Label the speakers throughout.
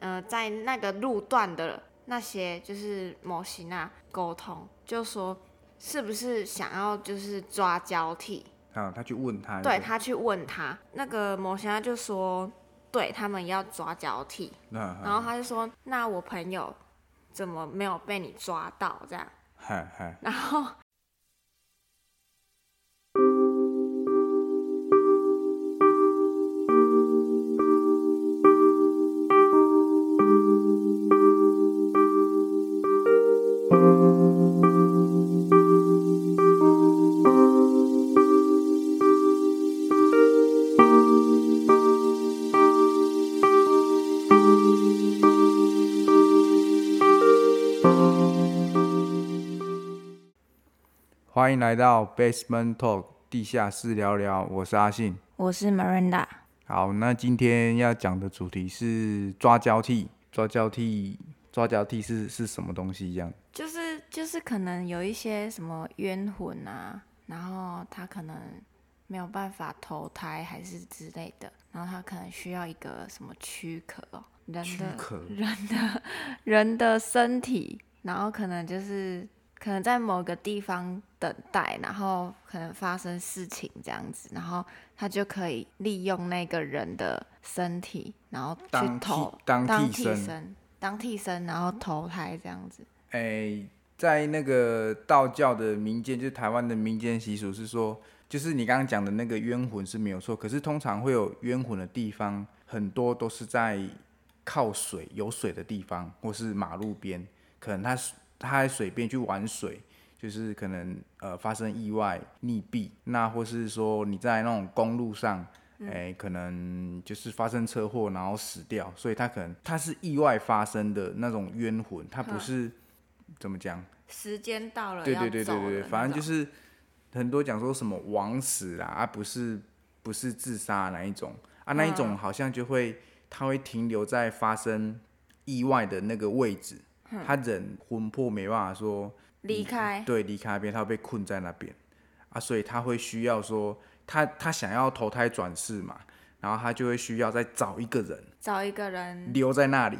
Speaker 1: 呃，在那个路段的那些就是摩西娜沟通，就说是不是想要就是抓交替，
Speaker 2: 啊，他去问他，
Speaker 1: 对，他去问他，那个摩西娜就说对他们要抓交替，
Speaker 2: 嗯，
Speaker 1: 然后他就说那我朋友怎么没有被你抓到这样，
Speaker 2: 嗨嗨，
Speaker 1: 然后
Speaker 2: 欢迎来到 Basement Talk 地下室聊聊，我是阿信。
Speaker 3: 我是 Miranda，
Speaker 2: 好，那今天要讲的主题是抓交替，抓交替，抓交替是是什么东西？这样，
Speaker 3: 就是就是可能有一些什么冤魂啊，然后他可能没有办法投胎还是之类的，然后他可能需要一个什么躯壳哦，人的
Speaker 2: 壳
Speaker 3: 人的人的身体，然后可能就是可能在某个地方等待，然后可能发生事情这样子，然后他就可以利用那个人的身体，然后
Speaker 2: 当
Speaker 3: 去
Speaker 2: 替
Speaker 3: 投
Speaker 2: 当替
Speaker 3: 替
Speaker 2: 身
Speaker 3: 身，当替身，然后投胎这样子。
Speaker 2: 哎、在那个道教的民间，就是台湾的民间习俗是说，就是你刚刚讲的那个冤魂是没有错，可是通常会有冤魂的地方，很多都是在靠水有水的地方，或是马路边，可能他他在水边去玩水。就是可能呃发生意外溺毙，那或是说你在那种公路上，哎、可能就是发生车祸然后死掉，所以他可能他是意外发生的那种冤魂，他不是怎么讲？
Speaker 1: 时间到了
Speaker 2: 对对
Speaker 1: 呃要
Speaker 2: 对
Speaker 1: 走
Speaker 2: 对
Speaker 1: 的
Speaker 2: 对，
Speaker 1: 那
Speaker 2: 反正就
Speaker 1: 种
Speaker 2: 是很多讲说什么枉死啦，啊不是不是自杀哪一种啊，那一
Speaker 1: 嗯
Speaker 2: 种好像就会他会停留在发生意外的那个位置，他人魂魄没办法说
Speaker 1: 嗯
Speaker 2: 嗯
Speaker 1: 离开，
Speaker 2: 对离开那边，他会被困在那边啊，所以他会需要说他他想要投胎转世嘛，然后他就会需要再找一个人
Speaker 1: 找一个人
Speaker 2: 留在那里，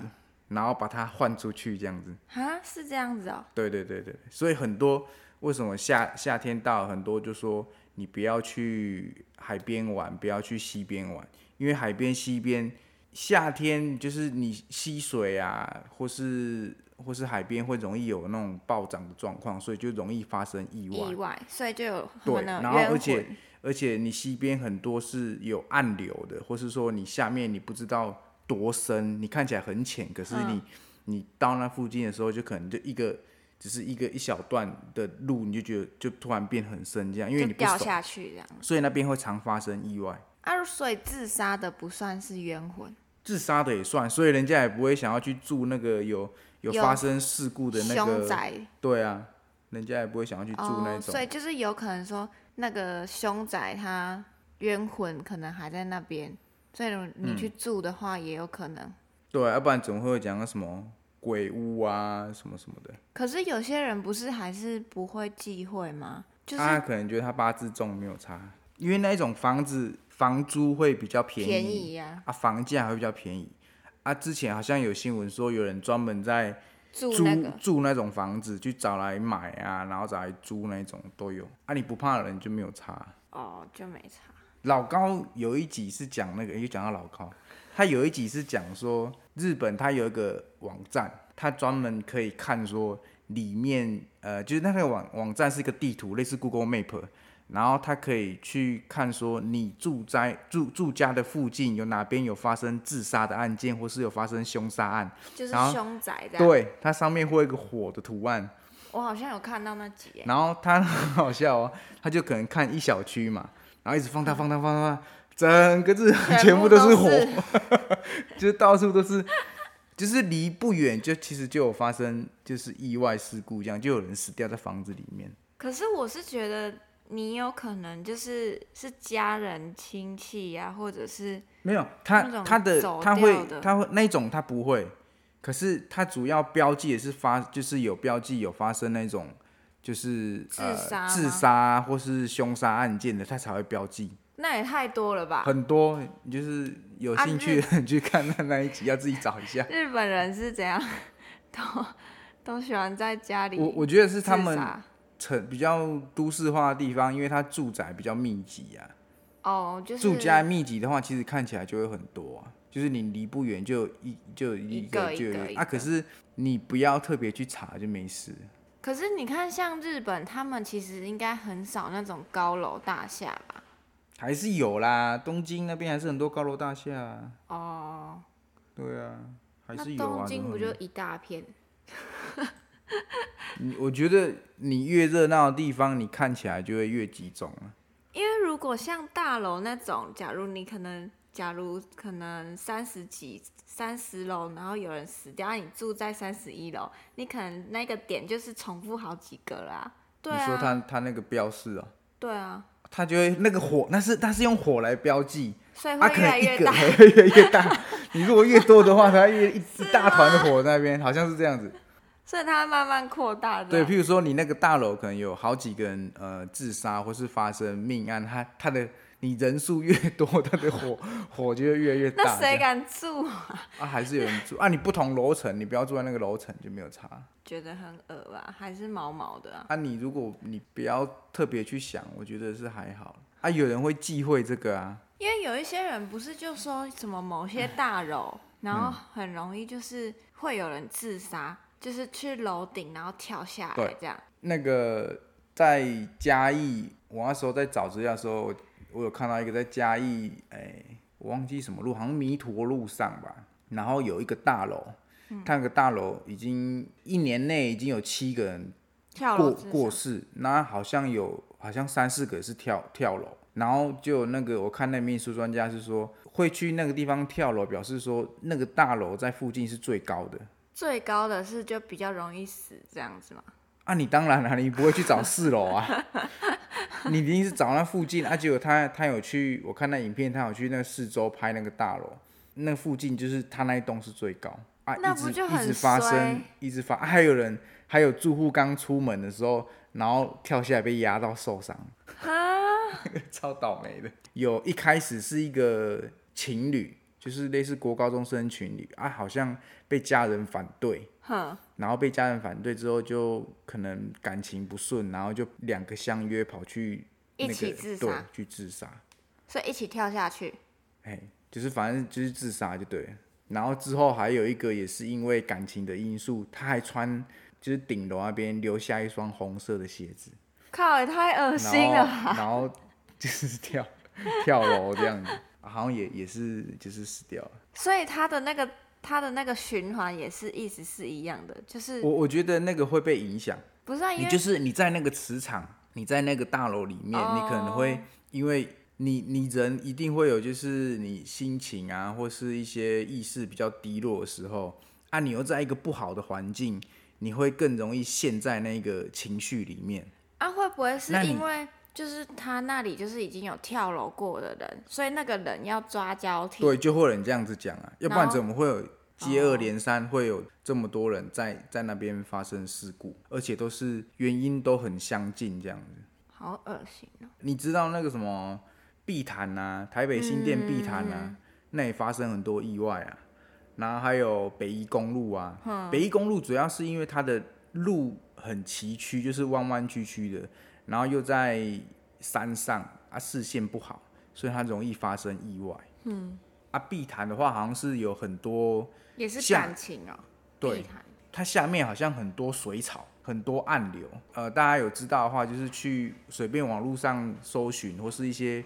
Speaker 2: 然后把他换出去这样子。
Speaker 1: 啊，是这样子哦，
Speaker 2: 对对对对，所以很多为什么夏夏天到了很多就说你不要去海边玩，不要去溪边玩，因为海边、溪边夏天就是你溪水啊，或是或是海边会容易有那种暴涨的状况，所以就容易发生意外。
Speaker 1: 意外，所以就有
Speaker 2: 对，
Speaker 1: 可能
Speaker 2: 然后
Speaker 1: 冤
Speaker 2: 而且
Speaker 1: 魂
Speaker 2: 而且你溪边很多是有暗流的，或是说你下面你不知道多深，你看起来很浅，可是你、
Speaker 1: 嗯
Speaker 2: 你到那附近的时候，就可能就一个只是一个一小段的路，你就觉得就突然变很深这样，因为
Speaker 1: 就
Speaker 2: 你不
Speaker 1: 掉
Speaker 2: 熟，
Speaker 1: 下去这样。
Speaker 2: 所以那边会常发生意外。
Speaker 1: 啊，所以自杀的不算是冤魂，
Speaker 2: 自杀的也算，所以人家也不会想要去住那个有有
Speaker 1: 有
Speaker 2: 发生事故的那
Speaker 1: 凶
Speaker 2: 个，
Speaker 1: 宅
Speaker 2: 对啊，人家也不会想要去住那
Speaker 1: 哦，
Speaker 2: 种。
Speaker 1: 所以就是有可能说那个凶宅他冤魂可能还在那边，所以你去住的话也有可能。
Speaker 2: 对、啊，要不然怎么会有讲个什么鬼屋啊什么什么的？
Speaker 1: 可是有些人不是还是不会忌讳吗？就是
Speaker 2: 他可能觉得他八字重没有差，因为那一种房子房租会比较便宜，
Speaker 1: 便宜呀、
Speaker 2: 啊，房价会比较便宜啊。之前好像有新闻说有人专门在
Speaker 1: 住
Speaker 2: 租
Speaker 1: 那个
Speaker 2: 住那种房子，去找来买啊，然后找来租那种都有啊。你不怕的人就没有差。
Speaker 1: 哦就没差。
Speaker 2: 老高有一集是讲那个，又讲到老高，他有一集是讲说日本他有一个网站，他专门可以看说里面呃，就是那个网网站是一个地图，类似 Google Map，然后他可以去看说你住在住住家的附近有哪边有发生自杀的案件，或是有发生凶杀案，
Speaker 1: 就是
Speaker 2: 然后
Speaker 1: 凶宅这样。
Speaker 2: 对，它上面会有一个火的图案，
Speaker 1: 我好像有看到那集耶，
Speaker 2: 然后他很好笑哦，他就可能看一小区嘛，然后一直放大放大放大，整个字 全部都是火， 就是到处都是，就是离不远就其实就有发生就是意外事故，这样就有人死掉在房子里面。
Speaker 1: 可是我是觉得你有可能就是是家人亲戚呀、或者是
Speaker 2: 没有，他
Speaker 1: 那种
Speaker 2: 他的
Speaker 1: 走
Speaker 2: 他会
Speaker 1: 掉的
Speaker 2: 他会那种他不会，可是他主要标记也是发，就是有标记有发生那种就是
Speaker 1: 自杀
Speaker 2: 呃、啊
Speaker 1: 吗
Speaker 2: 自杀或是凶杀案件的，他才会标记。
Speaker 1: 那也太多了吧？
Speaker 2: 很多，你就是有兴趣、你 去看那那一集，要自己找 一下。
Speaker 3: 日本人是怎样，都都喜欢在家里
Speaker 2: 我我觉得是
Speaker 3: 自
Speaker 2: 他们
Speaker 3: 杀
Speaker 2: 城比较都市化的地方，因为它住宅比较密集啊。
Speaker 1: 哦，就是
Speaker 2: 住家密集的话，其实看起来就会很多啊，就是你离不远就有一就有
Speaker 1: 一
Speaker 2: 一
Speaker 1: 个
Speaker 2: 就有
Speaker 1: 一个一
Speaker 2: 啊，
Speaker 1: 个
Speaker 2: 可是你不要特别去查就没事。
Speaker 1: 可是你看，像日本，他们其实应该很少那种高楼大厦吧？
Speaker 2: 还是有啦，东京那边还是很多高楼大厦、啊。
Speaker 1: 哦，
Speaker 2: 对啊，还是
Speaker 1: 那
Speaker 2: 有啊。
Speaker 1: 东京
Speaker 2: 怎
Speaker 1: 不
Speaker 2: 么会
Speaker 1: 就一大片？
Speaker 2: 你我觉得你越热闹的地方，你看起来就会越集中啊。
Speaker 1: 因为如果像大楼那种，假如你可能，假如可能三十几、三十楼，然后有人死掉，啊你住在三十一楼，你可能那个点就是重复好几个啦。对
Speaker 2: 你说
Speaker 1: 啊，
Speaker 2: 他他那个标示啊，
Speaker 1: 对啊，
Speaker 2: 他就会那个火，那是他是用火来标记，
Speaker 1: 所以
Speaker 2: 啊，
Speaker 1: 会
Speaker 2: 可
Speaker 1: 越来
Speaker 2: 能
Speaker 1: 越
Speaker 2: 一个
Speaker 1: 大。
Speaker 2: 还 会越来越大。你如果越多的话，它越一
Speaker 1: 啊
Speaker 2: 一大团的火在那边，好像是这样子。
Speaker 1: 所以它慢慢扩大的。啊
Speaker 2: 对，譬如说你那个大楼可能有好几个人呃自杀或是发生命案，他他的你人数越多， 他的火火就会越来越
Speaker 1: 那
Speaker 2: 大。这
Speaker 1: 谁
Speaker 2: 样
Speaker 1: 敢住？
Speaker 2: 啊？还是有人住啊？你不同楼层，你不要住在那个楼层就没有差。
Speaker 1: 觉得很恶吧，还是毛毛的啊？
Speaker 2: 啊，你如果你不要特别去想，我觉得是还好。啊，有人会忌讳这个啊，
Speaker 1: 因为有一些人不是就说什么某些大楼，然后
Speaker 2: 嗯
Speaker 1: 很容易就是会有人自杀，就是去楼顶然后跳下来
Speaker 2: 对
Speaker 1: 这样。
Speaker 2: 那个在嘉义，我那时候在找资料的时候，我我有看到一个在嘉义，哎、我忘记什么路，好像弥陀路上吧，然后有一个大楼，它那个大楼已经一年内已经有七个人
Speaker 1: 跳楼
Speaker 2: 过
Speaker 1: 自杀
Speaker 2: 过世，那好像有好像三四个是跳跳楼，然后就有那个我看那秘书专家是说会去那个地方跳楼，表示说那个大楼在附近是最高的。
Speaker 1: 最高的是就比较容易死这样子嘛。
Speaker 2: 啊，你当然啦、你不会去找四楼啊， 你一定是找那附近。啊，结果他他有去，我看那影片，他有去那四周拍那个大楼，那附近就是他那一栋是最高啊，
Speaker 1: 那
Speaker 2: 一
Speaker 1: 不
Speaker 2: 直
Speaker 1: 就
Speaker 2: 一
Speaker 1: 很
Speaker 2: 直发
Speaker 1: 衰
Speaker 2: 生，一直发、啊还有人还有住户刚出门的时候，然后跳下来被压到受伤，超倒霉的。有一开始是一个情侣，就是类似国高中生情侣啊，好像被家人反对，
Speaker 1: 哼，
Speaker 2: 然后被家人反对之后，就可能感情不顺，然后就两个相约跑去、那
Speaker 1: 一
Speaker 2: 个、
Speaker 1: 起自
Speaker 2: 对
Speaker 1: 杀，
Speaker 2: 去自杀，
Speaker 1: 所以一起跳下去。
Speaker 2: 哎，就是反正就是自杀就对了。然后之后还有一个也是因为感情的因素，他还穿就是顶楼那边留下一双红色的鞋子，
Speaker 1: 靠，也太恶
Speaker 2: 然
Speaker 1: 心啊
Speaker 2: 后
Speaker 1: 了吧！
Speaker 2: 然后就是跳跳楼这样子，好像也也是就是死掉了。
Speaker 1: 所以他的那个他的那个循环也是意思是一样的，就是
Speaker 2: 我我觉得那个会被影响。
Speaker 1: 不是、啊、因
Speaker 2: 你
Speaker 1: 为
Speaker 2: 就是你在那个磁场，你在那个大楼里面，你可能会因为你你人一定会有就是你心情啊，或是一些意识比较低落的时候啊，你又在一个不好的环境，你会更容易陷在那个情绪里面。
Speaker 1: 啊，会不会是
Speaker 2: 那你
Speaker 1: 因为就是他那里就是已经有跳楼过的人，所以那个人要抓交替？
Speaker 2: 对，就会有人这样子讲啊，要不
Speaker 1: 然
Speaker 2: 然
Speaker 1: 后
Speaker 2: 怎么会有接二连三会有这么多人在在那边发生事故，而且都是原因都很相近这样子。
Speaker 1: 好恶心哦！
Speaker 2: 你知道那个什么碧潭呐、台北新店碧潭呐、那也发生很多意外啊。然后还有北宜公路啊，北宜公路主要是因为它的路很崎岖，就是弯弯曲曲的，然后又在山上啊，视线不好，所以它容易发生意外。嗯，啊，碧潭的话好像是有很多，
Speaker 1: 也是
Speaker 2: 像
Speaker 1: 感情哦，
Speaker 2: 对
Speaker 1: 避谈
Speaker 2: 它下面好像很多水草，很多暗流。呃，大家有知道的话，就是去随便网络上搜寻，或是一些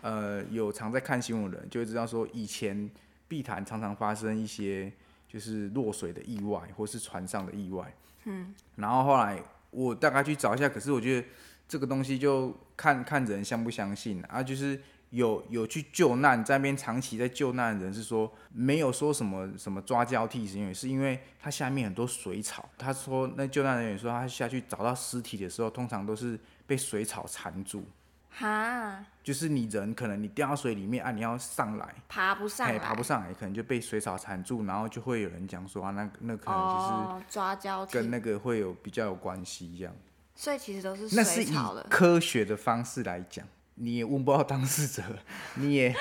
Speaker 2: 呃有常在看新闻的人，就会知道说，以前碧潭常常发生一些就是落水的意外，或是船上的意外。嗯，然后后来我大概去找一下，可是我觉得这个东西就看看人相不相信啊，就是。有有去救难，在那边长期在救难的人是说没有说什么什么抓交替是因为是因为它下面很多水草。他说那救难人员说他下去找到尸体的时候，通常都是被水草缠住，
Speaker 1: 哈，
Speaker 2: 就是你人可能你掉到水里面啊，你要上来，
Speaker 1: 爬不上
Speaker 2: 哎，
Speaker 1: 来，
Speaker 2: 爬不上来，可能就被水草缠住，然后就会有人讲说啊，那那可能
Speaker 1: 哦，抓交
Speaker 2: 就是跟
Speaker 1: 替，
Speaker 2: 那个会有比较有关系这样。
Speaker 1: 所以其实都是
Speaker 2: 那是
Speaker 1: 水
Speaker 2: 以
Speaker 1: 草的。
Speaker 2: 科学的方式来讲，你也问不到当事者， 你也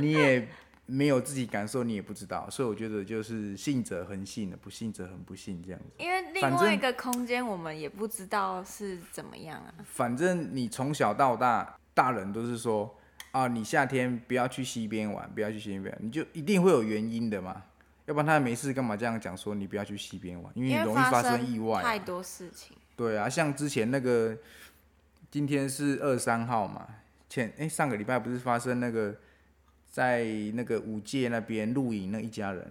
Speaker 2: 你也没有自己感受，你也不知道，所以我觉得就是信者恒信的，不信者恒不信这样子。
Speaker 1: 因为
Speaker 2: 反
Speaker 1: 另
Speaker 2: 正
Speaker 1: 外一个空间我们也不知道是怎么样啊。
Speaker 2: 反正你从小到大，大人都是说啊，你夏天不要去西边玩，不要去西边玩，你就一定会有原因的嘛。要不然他没事干嘛这样讲说你不要去西边玩，因为
Speaker 1: 因
Speaker 2: 你
Speaker 1: 为
Speaker 2: 容易发生
Speaker 1: 生
Speaker 2: 意外啊、
Speaker 1: 太多事情，
Speaker 2: 对啊，像之前那个，今天是二三号嘛，前哎、上个礼拜不是发生那个在那个五界那边露营那一家人，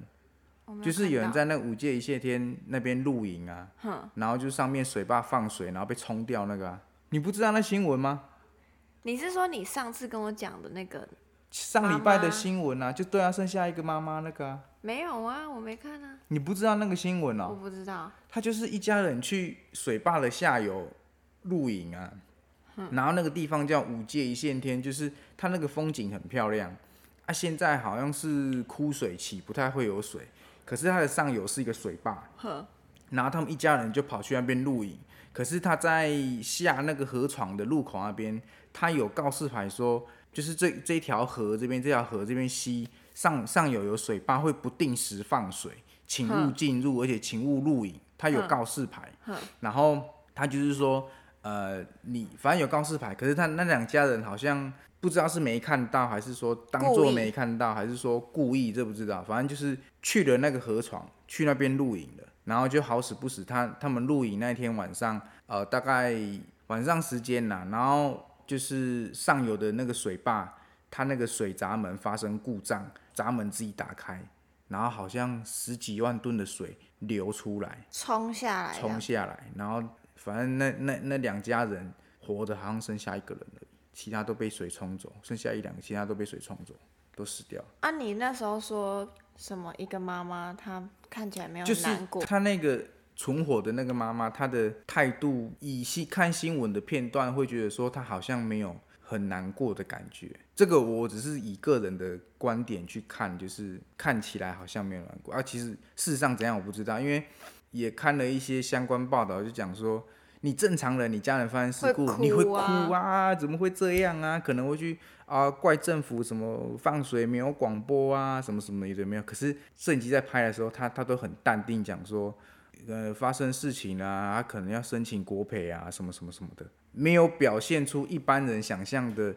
Speaker 1: 我没
Speaker 2: 就是有
Speaker 1: 看
Speaker 2: 人
Speaker 1: 到
Speaker 2: 在那五界一泻天那边露营啊，然后就上面水坝放水，然后被冲掉那个、啊，你不知道那新闻吗？
Speaker 1: 你是说你上次跟我讲的那个？
Speaker 2: 上
Speaker 1: 妈
Speaker 2: 礼拜的
Speaker 1: 妈
Speaker 2: 新闻啊，就对啊，剩下一个妈妈那个、啊，
Speaker 1: 没有啊，我没看啊，
Speaker 2: 你不知道那个新闻
Speaker 1: 我
Speaker 2: 哦、
Speaker 1: 不知道。
Speaker 2: 他就是一家人去水坝的下游露营啊，然后那个地方叫五界一线天，就是它那个风景很漂亮啊。现在好像是枯水期，不太会有水，可是它的上游是一个水坝，然后他们一家人就跑去那边露营。可是他在下那个河床的路口那边，他有告示牌说，就是这这条河这边，这条河这边西上上游有水坝，会不定时放水，请勿进入，而且请勿露营。他有告示牌，然后他就是说，呃，你反正有告示牌，可是他那两家人好像不知道是没看到，还是说当
Speaker 1: 故
Speaker 2: 做
Speaker 1: 意
Speaker 2: 没看到，还是说故意，这不知道。反正就是去了那个河床，去那边露营了，然后就好死不死他，他们露营那天晚上，呃，大概晚上时间啦，然后就是上游的那个水坝，它那个水闸门发生故障，闸门自己打开，然后好像十几万吨的水流出来。
Speaker 1: 冲下来
Speaker 2: 冲
Speaker 1: 的，
Speaker 2: 下来，然后反正那那那两家人活的，好像剩下一个人而已，其他都被水冲走，剩下一两个，其他都被水冲走，都死掉。
Speaker 1: 啊，你那时候说什么？一个妈妈她看起来没有
Speaker 2: 就是
Speaker 1: 难过，
Speaker 2: 他那个存活的那个妈妈，她的态度，以新看新闻的片段会觉得说，她好像没有很难过的感觉。这个我只是以个人的观点去看，就是看起来好像没有难过啊，其实事实上怎样我不知道，因为也看了一些相关报道，就讲说。你正常人，你家人发生事故，
Speaker 1: 会哭
Speaker 2: 你会哭
Speaker 1: 啊
Speaker 2: 啊？怎么会这样啊？可能会去啊、怪政府什么放水没有广播啊，什么什么一堆没有。可是摄影机在拍的时候，他他都很淡定讲说，呃，发生事情啊，他可能要申请国赔啊，什么什么什么的，没有表现出一般人想象的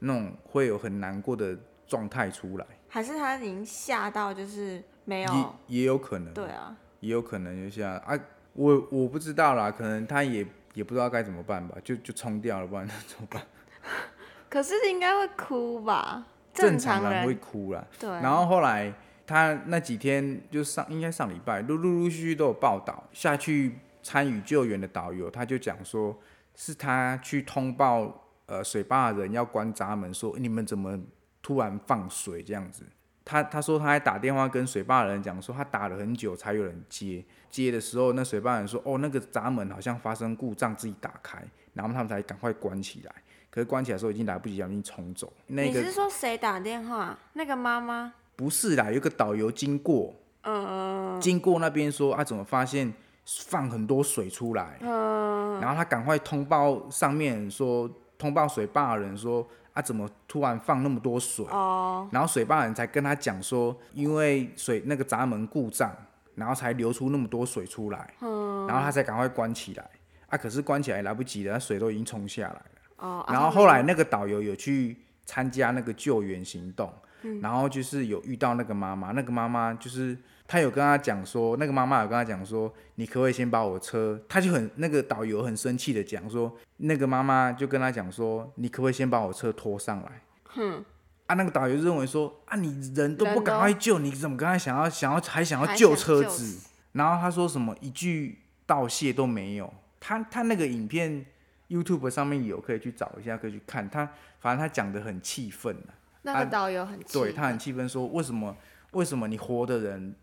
Speaker 2: 那种会有很难过的状态出来，
Speaker 1: 还是她已经吓到，就是没有？
Speaker 2: 也也有可能，
Speaker 1: 对啊，
Speaker 2: 也有可能就像啊，我我不知道啦，可能他也也不知道该怎么办吧，就就冲掉了，不然怎么办？
Speaker 1: 可是应该会哭吧？
Speaker 2: 正
Speaker 1: 常
Speaker 2: 人
Speaker 1: 人
Speaker 2: 会哭啦，
Speaker 1: 对啊，
Speaker 2: 然后后来他那几天就上，应该上礼拜陆陆陆续续都有报道，下去参与救援的导游他就讲说，是他去通报呃水坝的人要关闸门，说你们怎么突然放水这样子。他他说他还打电话跟水坝的人讲说，他打了很久才有人接，接的时候那水坝人说，哦那个闸门好像发生故障，自己打开，然后他们才赶快关起来。可是关起来的时候已经来不及了，已经冲走。那
Speaker 1: 你
Speaker 2: 个
Speaker 1: 是说谁打电话？那个妈妈？
Speaker 2: 不是啦，有一个导游经过，嗯，经过那边说啊，怎么发现放很多水出来？嗯，然后他赶快通报上面说，通报水坝的人说啊，怎么突然放那么多水？
Speaker 1: 哦，
Speaker 2: 然后水坝人才跟他讲说，因为水那个闸门故障，然后才流出那么多水出来，嗯，然后他才赶快关起来。啊，可是关起来也来不及了，那水都已经冲下来了。
Speaker 1: 哦，啊
Speaker 2: 然后后来那个导游有去参加那个救援行动，
Speaker 1: 嗯
Speaker 2: 然后就是有遇到那个妈妈，那个妈妈就是她有跟她讲说，那个妈妈有跟她讲说，你可不可以先把我车？她就很那个导游很生气的讲说，那个妈妈就跟她讲说，你可不可以先把我车拖上来？哼。啊，那个导游认为说啊，你人都不
Speaker 1: 人都
Speaker 2: 赶快救，你怎么刚才想要想要还想要
Speaker 1: 还
Speaker 2: 救
Speaker 1: 想
Speaker 2: 车
Speaker 1: 救
Speaker 2: 子
Speaker 1: 死？
Speaker 2: 然后他说什么一句道谢都没有。他他那个影片 YouTube 上面有，可以去找一下，可以去看。他反正他讲的很气愤啊
Speaker 1: 那个导游很气
Speaker 2: 对他很气愤，说为什么为什么你活的人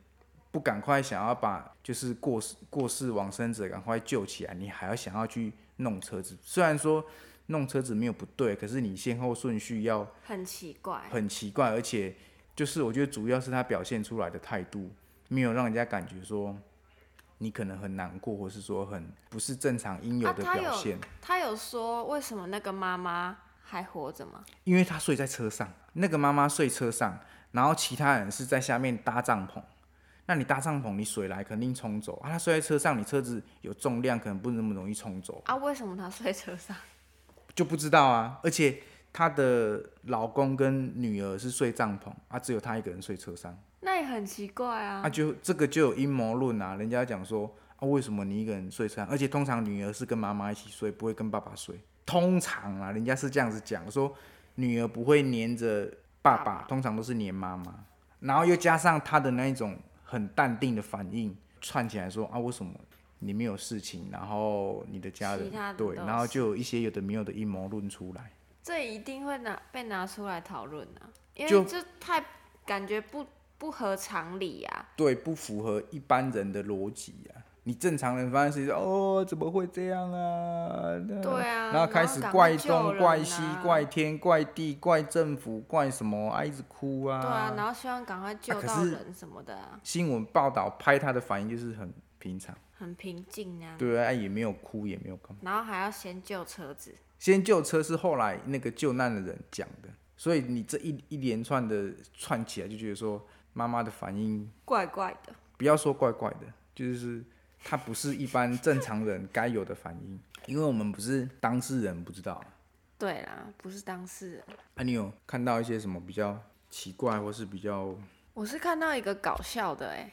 Speaker 2: 不赶快想要把就是过世过世往生者赶快救起来，你还要想要去弄车子？虽然说弄车子没有不对，可是你先后顺序要
Speaker 1: 很奇怪，
Speaker 2: 很奇怪，而且就是我觉得主要是他表现出来的态度，没有让人家感觉说你可能很难过，或是说很不是正常应有
Speaker 1: 啊
Speaker 2: 的
Speaker 1: 他
Speaker 2: 表
Speaker 1: 有
Speaker 2: 现。
Speaker 1: 他有说为什么那个妈妈还活着吗？
Speaker 2: 因为他睡在车上，那个妈妈睡车上，然后其他人是在下面搭帐篷。那你搭帐篷，你水来肯定冲走啊！他睡在车上，你车子有重量，可能不那么容易冲走，
Speaker 1: 啊，为什么他睡车上？
Speaker 2: 就不知道啊。而且她的老公跟女儿是睡帐篷啊，只有她一个人睡车上
Speaker 1: 那也很奇怪啊。
Speaker 2: 啊就，这个就有阴谋论啊。人家讲说啊，为什么你一个人睡车上？而且通常女儿是跟妈妈一起睡，不会跟爸爸睡。通常啊，人家是这样子讲说，女儿不会黏着爸爸，通常都是黏妈妈。然后又加上她的那一种很淡定的反应，串起来说啊，为什么你没有事情？然后你的家人
Speaker 1: 其他的
Speaker 2: 对，
Speaker 1: 都
Speaker 2: 然后就有一些有的没有的阴谋论出来。
Speaker 1: 这一定会拿被拿出来讨论啊，因
Speaker 2: 就
Speaker 1: 为这太感觉不不合常理啊呀、
Speaker 2: 对，不符合一般人的逻辑啊。你正常人发生事情，哦，怎么会这样啊？那
Speaker 1: 对啊
Speaker 2: 然后开
Speaker 1: 然后
Speaker 2: 始
Speaker 1: 赶快
Speaker 2: 怪
Speaker 1: 救
Speaker 2: 东、
Speaker 1: 人
Speaker 2: 怪西、
Speaker 1: 啊
Speaker 2: 怪天、怪地、怪政府、怪什么啊，一直哭啊。
Speaker 1: 对啊，然后希望赶快救
Speaker 2: 可
Speaker 1: 到
Speaker 2: 是
Speaker 1: 人什么的啊、
Speaker 2: 新闻报道拍他的反应就是很平常，
Speaker 1: 很平静啊。
Speaker 2: 对啊，也没有哭，也没有干嘛。
Speaker 1: 然后还要先救车子，
Speaker 2: 先救车是后来那个救难的人讲的，所以你这一一连串的串起来，就觉得说妈妈的反应
Speaker 1: 怪怪的。
Speaker 2: 不要说怪怪的，就是他不是一般正常人该有的反应，因为我们不是当事人，不知道啊。
Speaker 1: 对啦，不是当事人。
Speaker 2: 啊你有看到一些什么比较奇怪或是比较
Speaker 1: 我是看到一个搞笑的哎、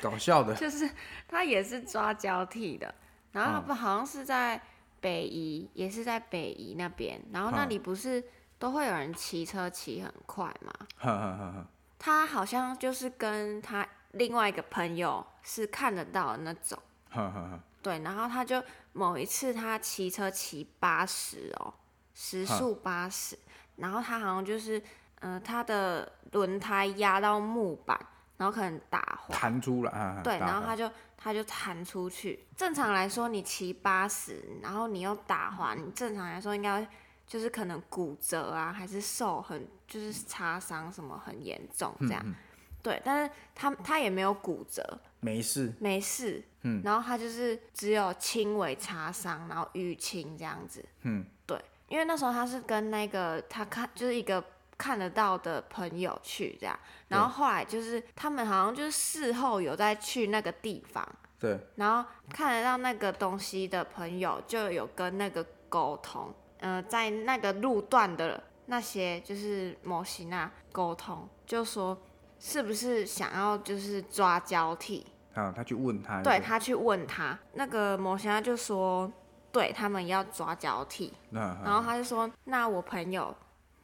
Speaker 2: 搞笑 的？
Speaker 1: 就是他也是抓交替的，然
Speaker 2: 嗯
Speaker 1: 后他不好像是在北宜，也是在北宜那边，然后那
Speaker 2: 嗯
Speaker 1: 里不是都会有人骑车骑很快嘛？
Speaker 2: 哈哈哈哈！
Speaker 1: 他好像就是跟他另外一个朋友是看得到的那种，
Speaker 2: 哈哈哈！
Speaker 1: 对，然后他就某一次他骑车骑八十哦，时速八十，然后他好像就是，呃，他的轮胎压到木板，然后可能打滑，
Speaker 2: 弹出来，哈哈
Speaker 1: 对，
Speaker 2: 打啊
Speaker 1: 然后
Speaker 2: 哈
Speaker 1: 他就他就弹出去。正常来说，你骑八十，然后你又打滑，你正常来说应该就是可能骨折啊，还是受很就是擦伤什么很严重这样。对，但是他他也没有骨折，
Speaker 2: 没事，
Speaker 1: 没事。
Speaker 2: 嗯
Speaker 1: 然后他就是只有轻微擦伤，然后淤青这样子。
Speaker 2: 嗯，
Speaker 1: 对，因为那时候他是跟那个他看就是一个看得到的朋友去这样，然后后来就是他们好像就是事后有再去那个地方，
Speaker 2: 对，
Speaker 1: 然后看得到那个东西的朋友就有跟那个沟通，呃，在那个路段的那些就是模型啊沟通，就说是不是想要就是抓交替，
Speaker 2: 啊，他去问他，
Speaker 1: 对，他去问他那个模型啊就说对他们要抓交替。
Speaker 2: 那啊
Speaker 1: 然后他就说：“那我朋友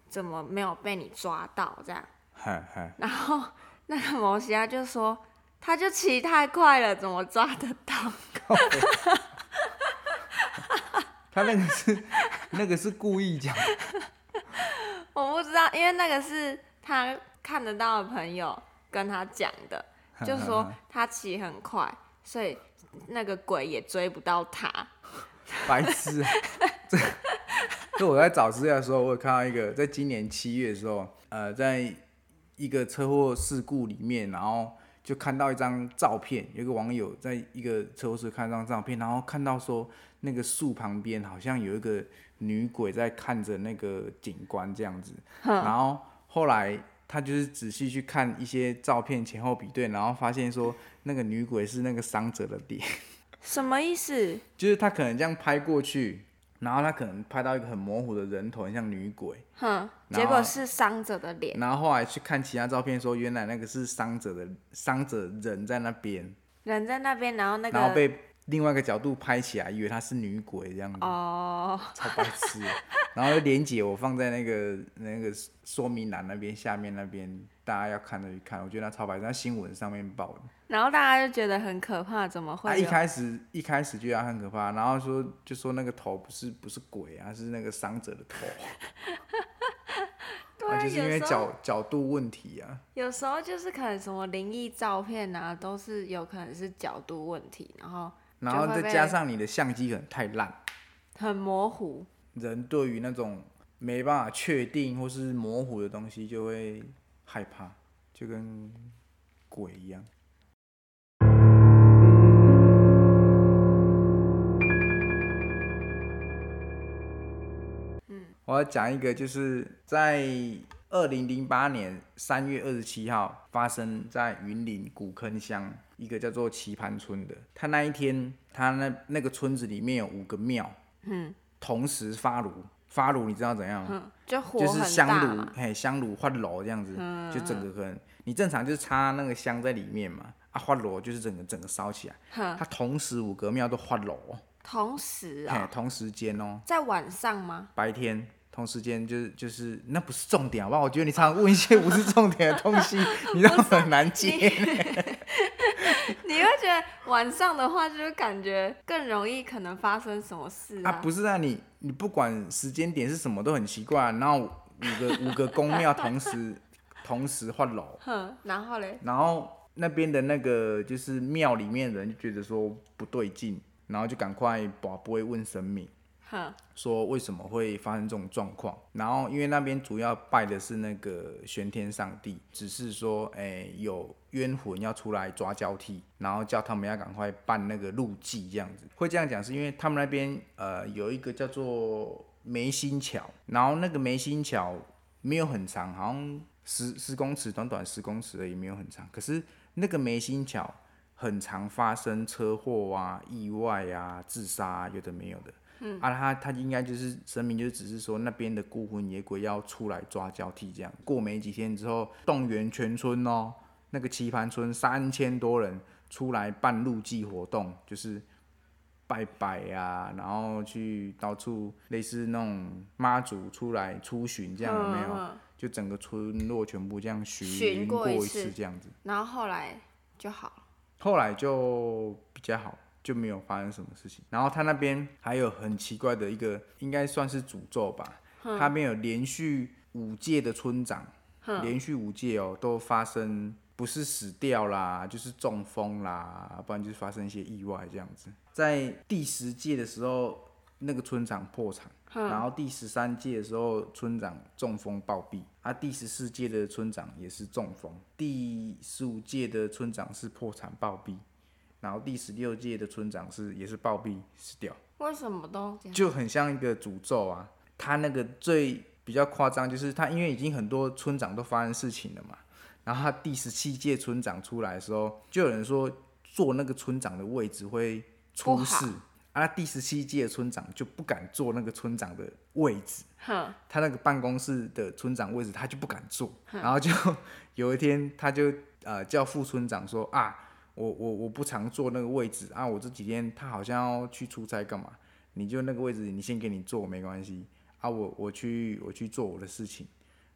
Speaker 1: 怎么没有被你抓到？”这样，
Speaker 2: 嗨嗨，
Speaker 1: 然后那个摩西亚就说：“他就骑太快了，怎么抓得到
Speaker 2: 他那个是那个是故意讲，？”
Speaker 1: 我不知道，因为那个是他看得到的朋友跟他讲的，就说他骑很快，所以那个鬼也追不到他。
Speaker 2: 白痴、啊！这这我在找资料的时候，我有看到一个，在今年七月的时候，呃，在一个车祸事故里面，然后就看到一张照片，有一个网友在一个车祸事故看到一张照片，然后看到说那个树旁边好像有一个女鬼在看着那个警官这样子，然后后来。他就是仔细去看一些照片前后比对，然后发现说那个女鬼是那个伤者的脸，
Speaker 1: 什么意思？
Speaker 2: 就是他可能这样拍过去，然后他可能拍到一个很模糊的人头，很像女鬼。
Speaker 1: 哼，
Speaker 2: 然后
Speaker 1: 结果是伤者的脸。
Speaker 2: 然后后来去看其他照片，说原来那个是伤者的伤者人在那边，
Speaker 1: 人在那边，然后那
Speaker 2: 然后
Speaker 1: 个
Speaker 2: 被另外一个角度拍起来，以为她是女鬼这样子，
Speaker 1: 哦，
Speaker 2: 超白 痴的。然后连姐我放在那个那个说明栏那边下面那边，大家要看的去看，我觉得那超白痴，那新闻上面报的。
Speaker 1: 然后大家就觉得很可怕，怎么
Speaker 2: 他
Speaker 1: 会哦
Speaker 2: 啊一
Speaker 1: 有
Speaker 2: 开始一开始就要很可怕，然后说就说那个头不是不是鬼啊，是那个伤者的头。
Speaker 1: 对
Speaker 2: 啊
Speaker 1: 啊，
Speaker 2: 就是因为
Speaker 1: 有时候
Speaker 2: 角角度问题啊。
Speaker 1: 有时候就是可能什么灵异照片啊，都是有可能是角度问题，然后
Speaker 2: 然后
Speaker 1: 就会
Speaker 2: 再
Speaker 1: 被
Speaker 2: 加上你的相机可能太烂，
Speaker 1: 很模糊。
Speaker 2: 人对于那种没办法确定或是模糊的东西就会害怕，就跟鬼一样。嗯，我我要讲一个，就是在二零零八年三月二十七号发生在云林古坑乡一个叫做棋盘村的。他那一天，他那那个村子里面有五个庙，嗯，同时发炉，发炉你知道怎样吗？
Speaker 1: 就嗯火
Speaker 2: 就是
Speaker 1: 很
Speaker 2: 香
Speaker 1: 大
Speaker 2: 炉
Speaker 1: 嘛，，嗯
Speaker 2: 嘿，香炉换炉这样子，就整个可能你正常就是插那个香在里面嘛，啊，换炉就是整个整个烧起来，
Speaker 1: 哼，
Speaker 2: 它同时五个庙都换炉，哦
Speaker 1: 同时
Speaker 2: 嘿
Speaker 1: 啊、，
Speaker 2: 同时间哦，
Speaker 1: 在晚上吗？
Speaker 2: 白天同时间就是就是那不是重点好不好？我觉得你常常问一些不是重点的东 西，你让我很难接。
Speaker 1: 你会觉得晚上的话，就是感觉更容易可能发生什么事
Speaker 2: 啊，不是啊，你你不管时间点是什么都很奇怪啊、然后五个五个宫庙同时同时换楼，
Speaker 1: 哼，然后嘞，
Speaker 2: 然后那边的那个就是庙里面的人就觉得说不对劲，然后就赶快把不会问神明。
Speaker 1: 哼，
Speaker 2: 说为什么会发生这种状况？然后因为那边主要拜的是那个玄天上帝，只是说，哎、有冤魂要出来抓交替，然后叫他们要赶快办那个路祭这样子。会这样讲是因为他们那边呃有一个叫做梅心桥，然后那个梅心桥没有很长，好像十十公尺，短短十公尺而已，没有很长。可是那个梅心桥很常发生车祸啊、意外啊、自杀、啊，有的没有的。
Speaker 1: 嗯
Speaker 2: 啊，他他应该就是神明，就只是说那边的孤魂野鬼要出来抓交替这样。过没几天之后，动员全村哦，那个棋盘村三千多人出来办路祭活动，就是拜拜啊，然后去到处类似那种妈祖出来出巡这样，有没有？
Speaker 1: 嗯嗯
Speaker 2: 就整个村落全部这样巡
Speaker 1: 巡
Speaker 2: 巡
Speaker 1: 过
Speaker 2: 过
Speaker 1: 一
Speaker 2: 一
Speaker 1: 次
Speaker 2: 次这样子。
Speaker 1: 然后后来就好了。
Speaker 2: 后来就比较好，就没有发生什么事情。然后他那边还有很奇怪的一个，应该算是诅咒吧，他们有连续五届的村长，连续五届哦，都发生不是死掉啦，就是中风啦，不然就是发生一些意外这样子。在第十届的时候，那个村长破产。然后第十三届的时候，村长中风暴毙；啊，第十四届的村长也是中风；第十五届的村长是破产暴毙；然后第十六届的村长是也是暴毙死掉，
Speaker 1: 为什么都这样？
Speaker 2: 就很像一个诅咒啊。他那个最比较夸张，就是他因为已经很多村长都发生事情了嘛，然后他第十七届村长出来的时候，就有人说坐那个村长的位置会
Speaker 1: 不
Speaker 2: 出
Speaker 1: 好
Speaker 2: 事。啊，第十七届村长就不敢坐那个村长的位置，
Speaker 1: 哼，
Speaker 2: 他那个办公室的村长位置，他就不敢坐，然后就 有一天他就呃叫副村长说啊，我我我不常坐那个位置啊，我这几天他好像要去出差干嘛，你就那个位置你先给你坐没关系啊，我我去我去做我的事情，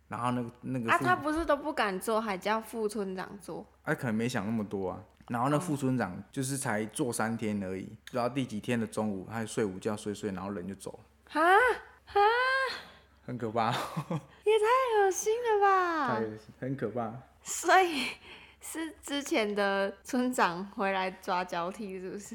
Speaker 2: 然后那个那个
Speaker 1: 啊，
Speaker 2: 副
Speaker 1: 他不是都不敢做，还叫副村长做，
Speaker 2: 他、可能没想那么多啊。然后那副村长就是才做三天而已，不知道第几天的中午，他就睡午觉睡睡，然后人就走了，
Speaker 1: 哈，
Speaker 2: 很可怕，
Speaker 1: 太恶心了吧
Speaker 2: 太！ 很可怕。
Speaker 1: 所以是之前的村长回来抓交替，是不是？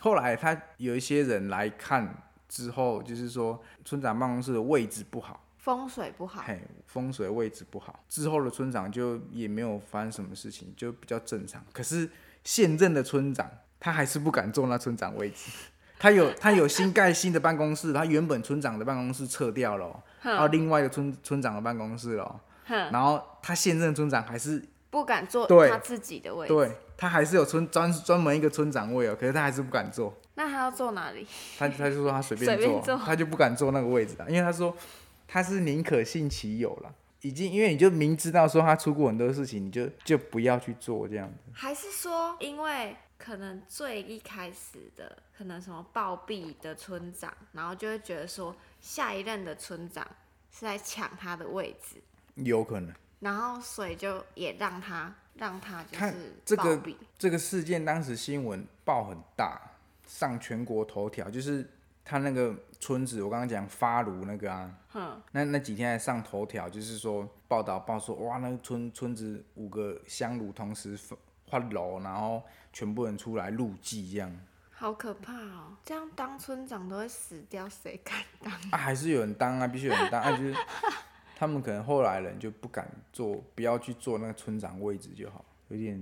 Speaker 2: 后来他有一些人来看之后，就是说村长办公室的位置不好，
Speaker 1: 风水不好，
Speaker 2: 嘿，风水位置不好。之后的村长就也没有发生什么事情，就比较正常。可是现任的村长他还是不敢坐那村长位置， 他有他有新盖新的办公室，他原本村长的办公室撤掉了哦，然后另外一个村村长的办公室了哦，
Speaker 1: 哼，
Speaker 2: 然后他现任村长还是
Speaker 1: 不敢坐
Speaker 2: 对
Speaker 1: 他自己的位置。
Speaker 2: 对他还是有村专专门一个村长位哦，可是他还是不敢坐。
Speaker 1: 那他要坐哪里？
Speaker 2: 他他就说他随便
Speaker 1: 随
Speaker 2: 坐，
Speaker 1: 便坐
Speaker 2: 他就不敢坐那个位置啊，因为他说他是宁可信其有啦，已经因为你就明知道说他出过很多事情，你就就不要去做这样子。
Speaker 1: 还是说，因为可能最一开始的，可能什么暴毙的村长，然后就会觉得说，下一任的村长是在抢他的位置，
Speaker 2: 有可能
Speaker 1: 然后所以就也让他让他就
Speaker 2: 看
Speaker 1: 是
Speaker 2: 这
Speaker 1: 暴
Speaker 2: 个
Speaker 1: 毙，
Speaker 2: 这个事件当时新闻报很大，上全国头条，就是他那个村子，我刚刚讲发炉那个啊，
Speaker 1: 哼，
Speaker 2: 那那几天还上头条，就是说报道报说，哇，那个村村子五个香炉同时发发楼，然后全部人出来路祭这样。
Speaker 1: 好可怕哦！这样当村长都会死掉，谁敢当？
Speaker 2: 啊，还是有人当啊，必须有人当啊，就是他们可能后来人就不敢做，不要去做那个村长位置就好，有点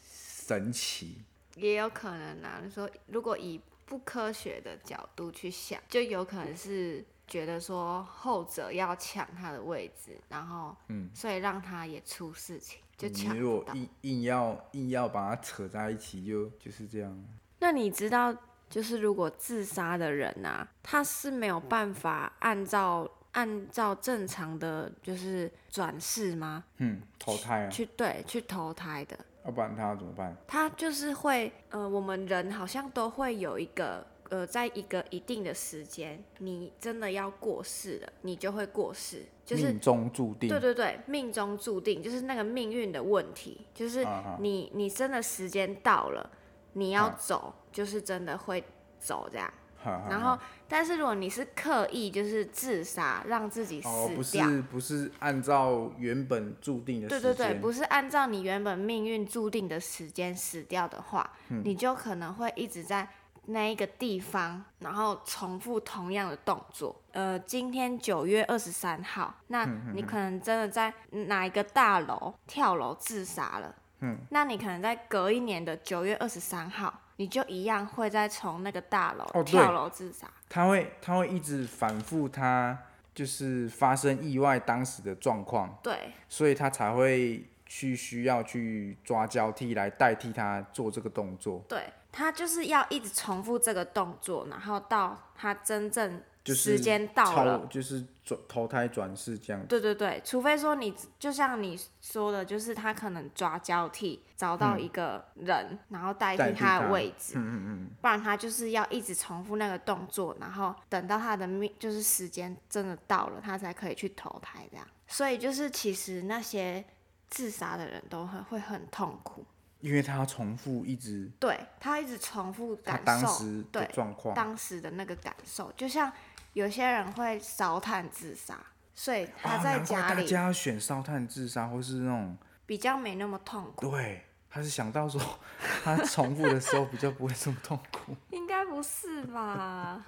Speaker 2: 神奇。
Speaker 1: 也有可能啊，你说如果以不科学的角度去想，就有可能是
Speaker 4: 觉得说后者要抢他的位置，然后
Speaker 2: 嗯，
Speaker 4: 所以让他也出事情，就
Speaker 1: 嗯
Speaker 2: 你
Speaker 4: 抢
Speaker 2: 如
Speaker 4: 不
Speaker 2: 果
Speaker 4: 到。
Speaker 2: 硬硬要硬要把它扯在一起就，就是这样。
Speaker 1: 那你知道，就是如果自杀的人啊，他是没有办法按照按照正常的就是转世吗？
Speaker 2: 嗯，投胎啊，
Speaker 1: 去对去投胎的，
Speaker 2: 要不然他要怎么办？
Speaker 1: 他就是会呃，我们人好像都会有一个。呃，在一个一定的时间，你真的要过世了，你就会过世，就是
Speaker 2: 命中注定。
Speaker 1: 对对对，命中注定就是那个命运的问题，就是
Speaker 2: 啊啊
Speaker 1: 你你真的时间到了，你要
Speaker 2: 啊
Speaker 1: 走，就是真的会走这样。
Speaker 2: 哈哈哈
Speaker 1: 然后，但是如果你是刻意就是自杀，让自己
Speaker 2: 哦，不
Speaker 1: 死掉，
Speaker 2: 是不是按照原本注定的时
Speaker 1: 对
Speaker 2: 间，
Speaker 1: 对对，不是按照你原本命运注定的时间死掉的话，
Speaker 2: 嗯
Speaker 1: 你就可能会一直在那一个地方，然后重复同样的动作。呃，今天九月二十三号，那
Speaker 2: 嗯
Speaker 1: 你可能真的在哪一个大楼跳楼自杀了，
Speaker 2: 嗯，
Speaker 1: 那你可能在隔一年的九月二十三号，你就一样会再从那个大楼
Speaker 2: 哦对
Speaker 1: 跳楼自杀。
Speaker 2: 他会他会一直反复他就是发生意外当时的状况，
Speaker 1: 对
Speaker 2: 所以他才会去需要去抓交替来代替他做这个动作，
Speaker 1: 对，他就是要一直重复这个动作，然后到他真正。
Speaker 2: 就是
Speaker 1: 时间到
Speaker 2: 超
Speaker 1: 了，
Speaker 2: 就是转投胎转世这样。
Speaker 1: 对对对，除非说你就像你说的，就是他可能抓交替找到一个人，然后代
Speaker 2: 嗯代
Speaker 1: 替
Speaker 2: 替
Speaker 1: 他
Speaker 2: 他
Speaker 1: 的位置，
Speaker 2: 嗯嗯嗯，
Speaker 1: 不然他就是要一直重复那个动作，然后等到他的命就是时间真的到了，他才可以去投胎这样。所以就是其实那些自杀的人都很会很痛苦，
Speaker 2: 因为他要重复一直
Speaker 1: 对他一直重复
Speaker 2: 他
Speaker 1: 感受，
Speaker 2: 当时的
Speaker 1: 对
Speaker 2: 状况，
Speaker 1: 当时的那个感受，就像有些人会烧炭自杀，所以他
Speaker 2: 哦
Speaker 1: 在
Speaker 2: 难怪
Speaker 1: 家
Speaker 2: 大
Speaker 1: 里
Speaker 2: 家要选烧炭自杀或是那种
Speaker 1: 比较没那么痛苦。
Speaker 2: 对。他是想到说， 他重复的时候比较不会这么痛苦。
Speaker 4: 应该不是 吧？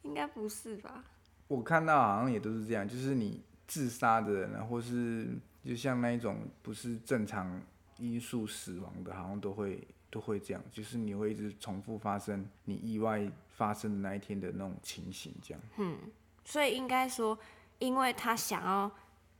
Speaker 4: 应该不是吧？
Speaker 2: 我看到好像也都是这样，就是你自杀的人啊，或是就像那一种不是正常因素死亡的，好像都会都会这样，就是你会一直重复发生你意外发生的那一天的那种情形，这样。
Speaker 1: 所以应该说，因为他想要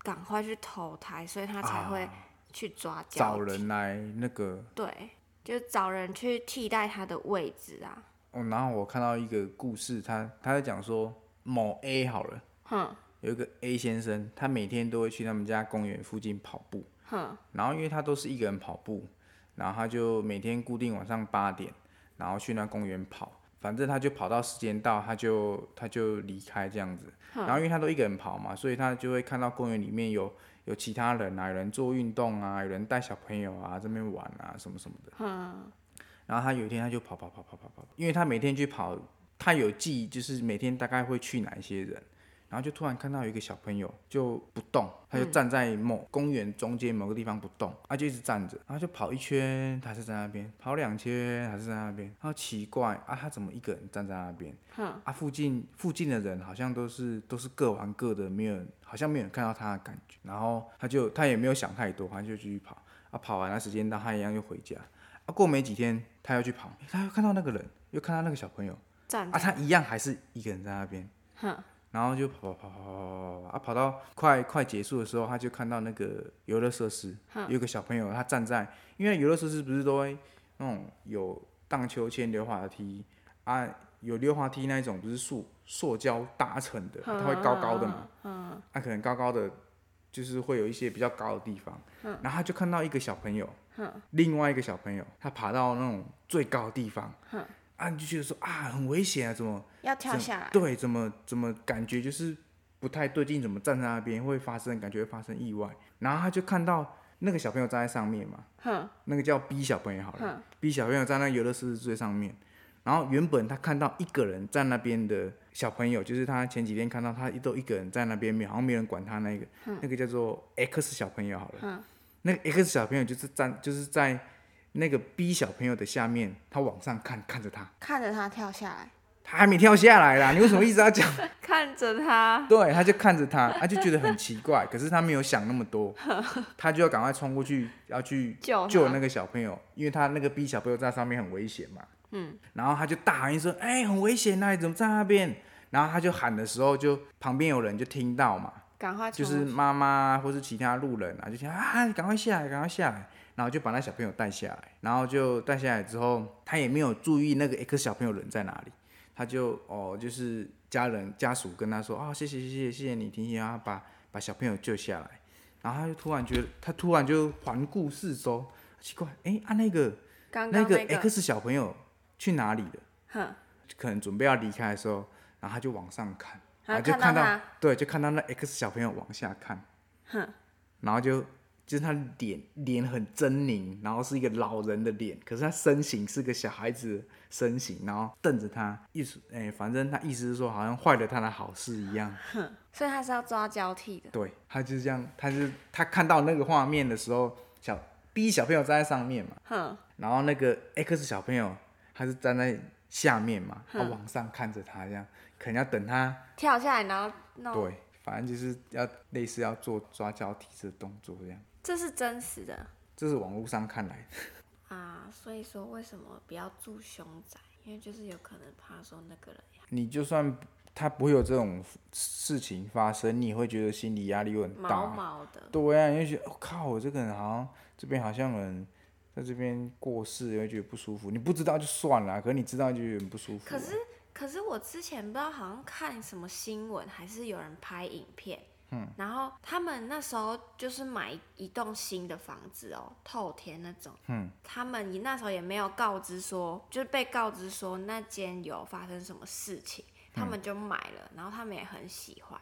Speaker 1: 赶快去投胎，所以他才会
Speaker 2: 啊
Speaker 1: 去抓交、
Speaker 2: 找，人来那个
Speaker 1: 对，就找人去替代他的位置啊。
Speaker 2: 哦，然后我看到一个故事，他他在讲说某 A 好了，
Speaker 1: 哼
Speaker 2: 有一个 A 先生，他每天都会去他们家公园附近跑步，
Speaker 1: 哼，
Speaker 2: 然后因为他都是一个人跑步，然后他就每天固定晚上八点，然后去那公园跑，反正他就跑到时间到，他就他就离开这样子。然后因为他都一个人跑嘛，所以他就会看到公园里面有有其他人啊，有人做运动啊，有人带小朋友啊这边玩啊什么什么的。然后他有一天他就跑跑跑跑跑跑，因为他每天去跑，他有记就是每天大概会去哪一些人。然后就突然看到有一个小朋友就不动，他就站在某公园中间某个地方不动，他就一直站着，然后就跑一圈，他是在那边，啊跑两圈还是在那边，然后奇怪啊，他怎么一个人站在那边？啊，附近附近的人好像都是都是各玩各的，没有人好像没有人看到他的感觉。然后他就他也没有想太多，他就继续跑。啊，跑完了时间到，他一样又回家。啊，过没几天他又去跑，诶他又看到那个人，又看到那个小朋友，
Speaker 1: 站着，
Speaker 2: 啊，他一样还是一个人在那边，然后就跑跑跑跑跑跑跑跑啊，跑到快快结束的时候，他就看到那个游乐设施，有一个小朋友他站在，因为游乐设施不是都会那种有荡秋千、溜滑梯啊，有溜滑梯那一种，不是塑塑胶搭成的，它会高高的嘛，嗯，它、可能高高的就是会有一些比较高的地方，然后他就看到一个小朋友，另外一个小朋友他爬到那种最高的地方，啊，你就觉得说啊很危险啊，怎么？
Speaker 1: 要跳
Speaker 2: 怎
Speaker 1: 下来，
Speaker 2: 对，怎么怎么感觉就是不太对劲，怎么站在那边会发生感觉会发生意外，然后他就看到那个小朋友站在上面嘛，
Speaker 1: 哼
Speaker 2: 那个叫 B 小朋友好了，B 小朋友站在游乐设施最上面，然后原本他看到一个人在那边的小朋友，就是他前几天看到他都一个人在那边，没有好像没人管他那个，那个叫做 X 小朋友好了，那个 X 小朋友就是站就是在那个 B 小朋友的下面，他往上看看着他，
Speaker 1: 看着他跳下 来，
Speaker 2: 他还没跳下来啦，你为什么一直要讲？
Speaker 4: 看着他，
Speaker 2: 对，他就看着他，他就觉得很奇怪，可是他没有想那么多，他就要赶快冲过去，要去
Speaker 4: 救他
Speaker 2: 救那个小朋友，因为他那个 B 啊小朋友在上面很危险嘛。嗯，然后他就大喊一声：“哎、很危险呐、你怎么在那边？”然后他就喊的时候就，旁边有人就听到嘛，
Speaker 1: 赶快
Speaker 2: 就
Speaker 1: 冲
Speaker 2: 是妈妈或是其他路人啊，就想啊，赶快下来，赶快下来，然后就把那小朋友带下来，然后就带下来之后，他也没有注意那个 X 小朋友人在哪里，他就哦，就是家人家属跟他说啊、谢谢谢谢谢谢你，婷婷啊，把把小朋友救下来，然后他就突然觉得，他突然就环顾四周，奇怪，哎、啊那个
Speaker 1: 刚
Speaker 2: 那
Speaker 1: 刚
Speaker 2: 个
Speaker 1: 那个
Speaker 2: X 小朋友去哪里了？可能准备要离开的时候，然后他就往上看，
Speaker 1: 然
Speaker 2: 然
Speaker 1: 后
Speaker 2: 后就
Speaker 1: 看
Speaker 2: 看
Speaker 1: 到
Speaker 2: 到
Speaker 1: 他
Speaker 2: 对，就看到那 X 小朋友往下看，然后就就是他脸脸很狰狞，然后是一个老人的脸，可是他身形是个小孩子的身形，然后瞪着他，意思哎、反正他意思是说好像坏了他的好事一样。
Speaker 1: 所以他是要抓交替的，
Speaker 2: 对，他就是这样，他就是他看到那个画面的时候，小 B 小朋友站在上面嘛，
Speaker 1: 哼，
Speaker 2: 然后那个 X 小朋友他是站在下面嘛，他往上看着他这样，可能要等他
Speaker 1: 跳下来，然后弄，
Speaker 2: 对，反正就是要类似要做抓交替这动作这样，
Speaker 1: 这是真实的
Speaker 2: 这是网络上看来的。
Speaker 1: 啊。所以说，为什么不要住凶宅？因为就是有可能怕说那个人
Speaker 2: 你就算他不会有这种事情发生，你也会觉得心理压力会很
Speaker 1: 毛
Speaker 2: 大。
Speaker 1: 毛的，
Speaker 2: 对啊，你会觉得我、靠，我这个人好像这边好像有人在这边过世，你会觉得不舒服。你不知道就算了，可是你知道就有点不舒服啊。
Speaker 1: 可是，可是我之前不知道好像看什么新闻，还是有人拍影片，嗯，然后他们那时候就是买一栋新的房子哦，透天那种，嗯，他们也那时候也没有告知说，就是被告知说那间有发生什么事情，他们就买了，然后他们也很喜欢，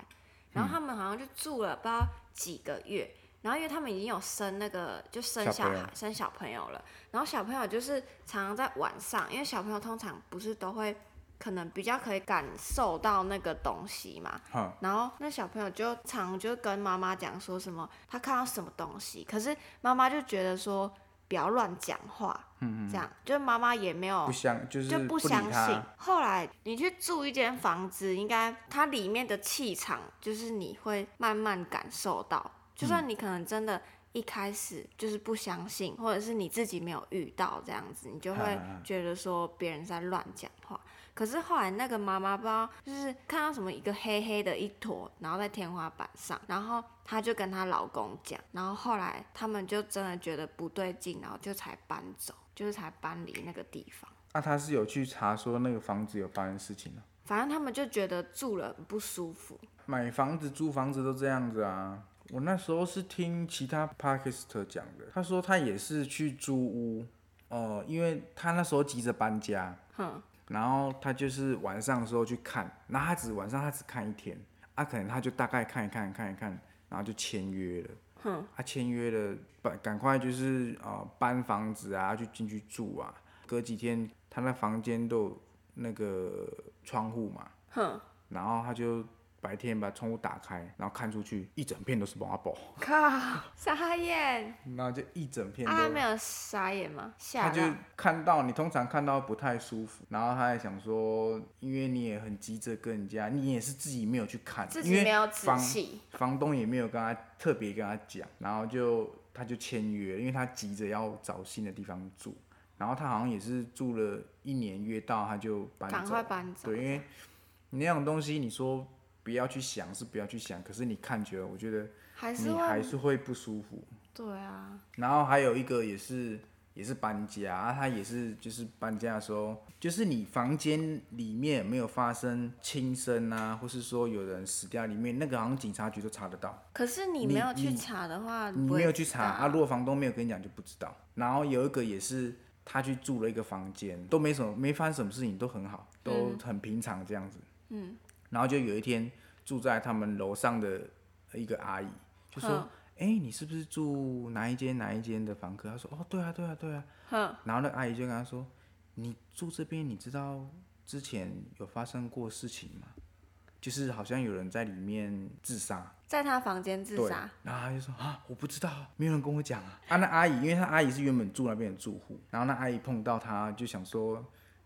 Speaker 1: 然后他们好像就住了不知道几个月。然后，因为他们已经有生那个，就生
Speaker 2: 小
Speaker 1: 小
Speaker 2: 朋友
Speaker 1: 孩、生小朋友了。然后小朋友就是常常在晚上，因为小朋友通常不是都会可能比较可以感受到那个东西嘛。
Speaker 2: 哼，
Speaker 1: 然后那小朋友就常就跟妈妈讲说什么，他看到什么东西，可是妈妈就觉得说不要乱讲话，嗯这样就是妈妈也没有
Speaker 2: 不相就是
Speaker 1: 就
Speaker 2: 不理
Speaker 1: 相
Speaker 2: 他
Speaker 1: 信。后来你去住一间房子，应该它里面的气场，就是你会慢慢感受到。就算
Speaker 2: 嗯
Speaker 1: 你可能真的一开始就是不相信，或者是你自己没有遇到这样子，你就会
Speaker 2: 嗯嗯
Speaker 1: 觉得说别人在乱讲话。可是后来那个妈妈不知道，就是看到什么一个黑黑的一坨，然后在天花板上，然后她就跟她老公讲，然后后来他们就真的觉得不对劲，然后就才搬走，就是才搬离那个地方。
Speaker 2: 那、他是有去查说那个房子有发生事情了、
Speaker 1: 反正他们就觉得住了很不舒服。
Speaker 2: 买房子、租房子都这样子啊。我那时候是听其他 p a k i s t 讲的，他说他也是去租屋，呃，因为他那时候急着搬家，
Speaker 1: 哼，
Speaker 2: 然后他就是晚上的时候去看，然后他只晚上他只看一天，啊，可能他就大概看一看看一看，然后就签约了。哼，他签约了，赶赶快就是呃搬房子啊，就进去住啊。隔几天他那房间都有那个窗户嘛，
Speaker 1: 哼，
Speaker 2: 然后他就白天把窗户打开，然后看出去一整片都是 marble，
Speaker 1: 靠，傻眼！
Speaker 2: 然后就一整片
Speaker 1: 啊，他
Speaker 2: 都
Speaker 1: 没有傻眼吗？
Speaker 2: 他
Speaker 1: 吓啊
Speaker 2: 就
Speaker 1: 到。
Speaker 2: 看到你通常看到不太舒服，然后他还想说，因为你也很急着跟人家，你也是自己没有去看，
Speaker 1: 自
Speaker 2: 因
Speaker 1: 己
Speaker 2: 为
Speaker 1: 没有仔
Speaker 2: 房
Speaker 1: 细，
Speaker 2: 房东也没有跟他特别跟他讲，然后就他就签约，因为他急着要找新的地方住，然后他好像也是住了一年，约到他就搬
Speaker 1: 赶
Speaker 2: 走
Speaker 1: 快，搬走。
Speaker 2: 对，因为你那种东西，你说不要去想是不要去想，可是你看久了，我觉得
Speaker 1: 还是
Speaker 2: 你还
Speaker 1: 会
Speaker 2: 是会不舒服。
Speaker 1: 对啊，
Speaker 2: 然后还有一个也是也是搬家，啊他也是就是搬家的时候，就是你房间里面有没有发生轻生啊，或是说有人死掉，里面那个好像警察局都查得到，
Speaker 1: 可是你
Speaker 2: 你
Speaker 1: 没有去
Speaker 2: 你
Speaker 1: 查的话，
Speaker 2: 你
Speaker 1: 不会
Speaker 2: 没有去查
Speaker 1: 知道
Speaker 2: 啊，如果房东没有跟你讲就不知道。然后有一个也是。他去住了一个房间，都没什么，没发生什么事情，都很好，都
Speaker 1: 嗯
Speaker 2: 很平常这样子。嗯。然后就有一天住在他们楼上的一个阿姨就说：“哎、你是不是住哪一间哪一间的房客？”他说：“哦，对啊，对啊，对啊。”
Speaker 1: 哼，
Speaker 2: 然后那个阿姨就跟他说：“你住这边，你知道之前有发生过事情吗？就是好像有人在里面自杀。”
Speaker 1: 在他房间自
Speaker 2: 对，
Speaker 1: 杀，
Speaker 2: 然后他就说啊，我不知道啊，没有人跟我讲啊。啊，那阿姨，因为她阿姨是原本住那边的住户，然后那阿姨碰到他就想说，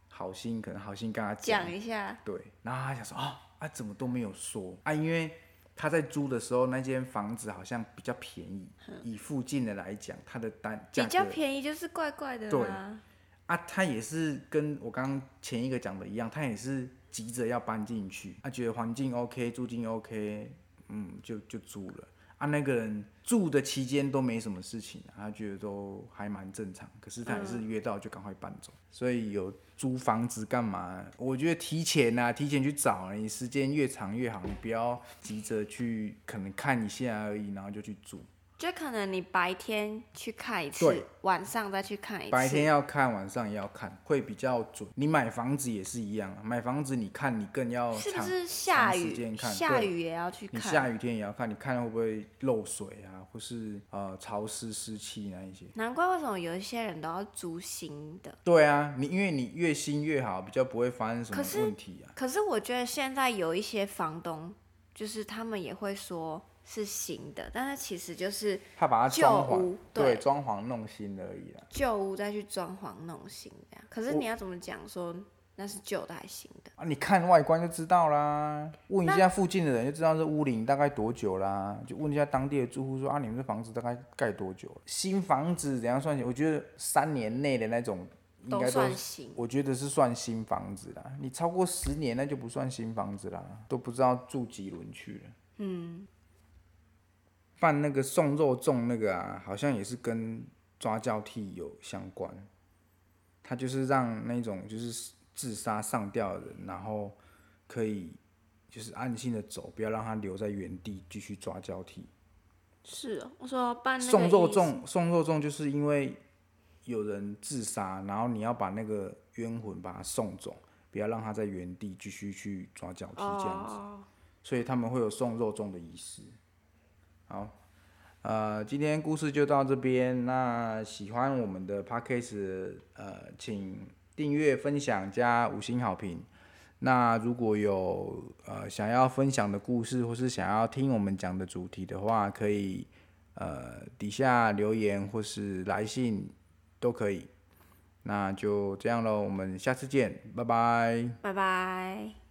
Speaker 2: 好心可能好心跟他
Speaker 1: 讲一下，
Speaker 2: 对，然后他想说啊啊，怎么都没有说啊，因为他在租的时候那间房子好像比较便宜，以附近的来讲，它的单价
Speaker 1: 比较
Speaker 2: 格
Speaker 1: 便宜就是怪怪的
Speaker 2: 对
Speaker 1: 啦。
Speaker 2: 啊，他也是跟我刚刚前一个讲的一样，他也是急着要搬进去，他、觉得环境 OK，租金 OK，嗯，就就租了。啊，那个人住的期间都没什么事情、啊他觉得都还蛮正常。可是他也是约到就赶快搬走，所以有租房子干嘛？我觉得提前啊，提前去找、你时间越长越好，你不要急着去，可能看一下而已，然后就去租。
Speaker 1: 就可能你白天去看一
Speaker 2: 对
Speaker 1: 次，晚上再去看一次。
Speaker 2: 白天要看，晚上也要看，会比较准。你买房子也是一样啊，买房子你看你更要
Speaker 1: 是不
Speaker 2: 长
Speaker 1: 是下
Speaker 2: 长时间
Speaker 1: 雨？
Speaker 2: 看
Speaker 1: 下
Speaker 2: 对
Speaker 1: 雨也要去
Speaker 2: 你
Speaker 1: 看？
Speaker 2: 下雨天也要看，你看会不会漏水啊，或是呃潮湿湿气那一些。
Speaker 1: 难怪为什么有一些人都要租新的。
Speaker 2: 对啊，你因为你越新越好，比较不会发生什么
Speaker 1: 可是
Speaker 2: 问题啊。
Speaker 1: 可是我觉得现在有一些房东，就是他们也会说是新的，但是其实就是
Speaker 2: 怕把它
Speaker 1: 旧
Speaker 2: 装潢
Speaker 1: 屋，对
Speaker 2: 装潢弄新的而已啦。
Speaker 1: 旧屋再去装潢弄新这样。可是
Speaker 2: 我
Speaker 1: 你要怎么讲说那是旧的还是新的？
Speaker 2: 啊，你看外观就知道啦，问一下附近的人就知道这屋龄大概多久啦，就问一下当地的住户说啊，你们这房子大概盖多久？新房子怎样算起？我觉得三年内的那种应该都
Speaker 1: 算新。
Speaker 2: 我觉得是算新房子啦，你超过十年那就不算新房子啦，都不知道住几轮去了。嗯，办那个送肉粽那个啊，好像也是跟抓交替有相关，他就是让那种就是自杀上吊的人，然后可以就是安心的走，不要让他留在原地继续抓交替。
Speaker 1: 是哦，我说办那个
Speaker 2: 送肉
Speaker 1: 仪式
Speaker 2: 粽，送肉粽就是因为有人自杀，然后你要把那个冤魂把他送走，不要让他在原地继续去抓脚踢这样子，
Speaker 1: 哦，
Speaker 2: 所以他们会有送肉粽的仪式。好，呃，今天故事就到这边。那喜欢我们的 podcast，呃，请订阅、分享加五星好评。那如果有呃想要分享的故事，或是想要听我们讲的主题的话，可以呃底下留言或是来信都可以。那就这样喽，我们下次见，拜拜。
Speaker 1: 拜拜。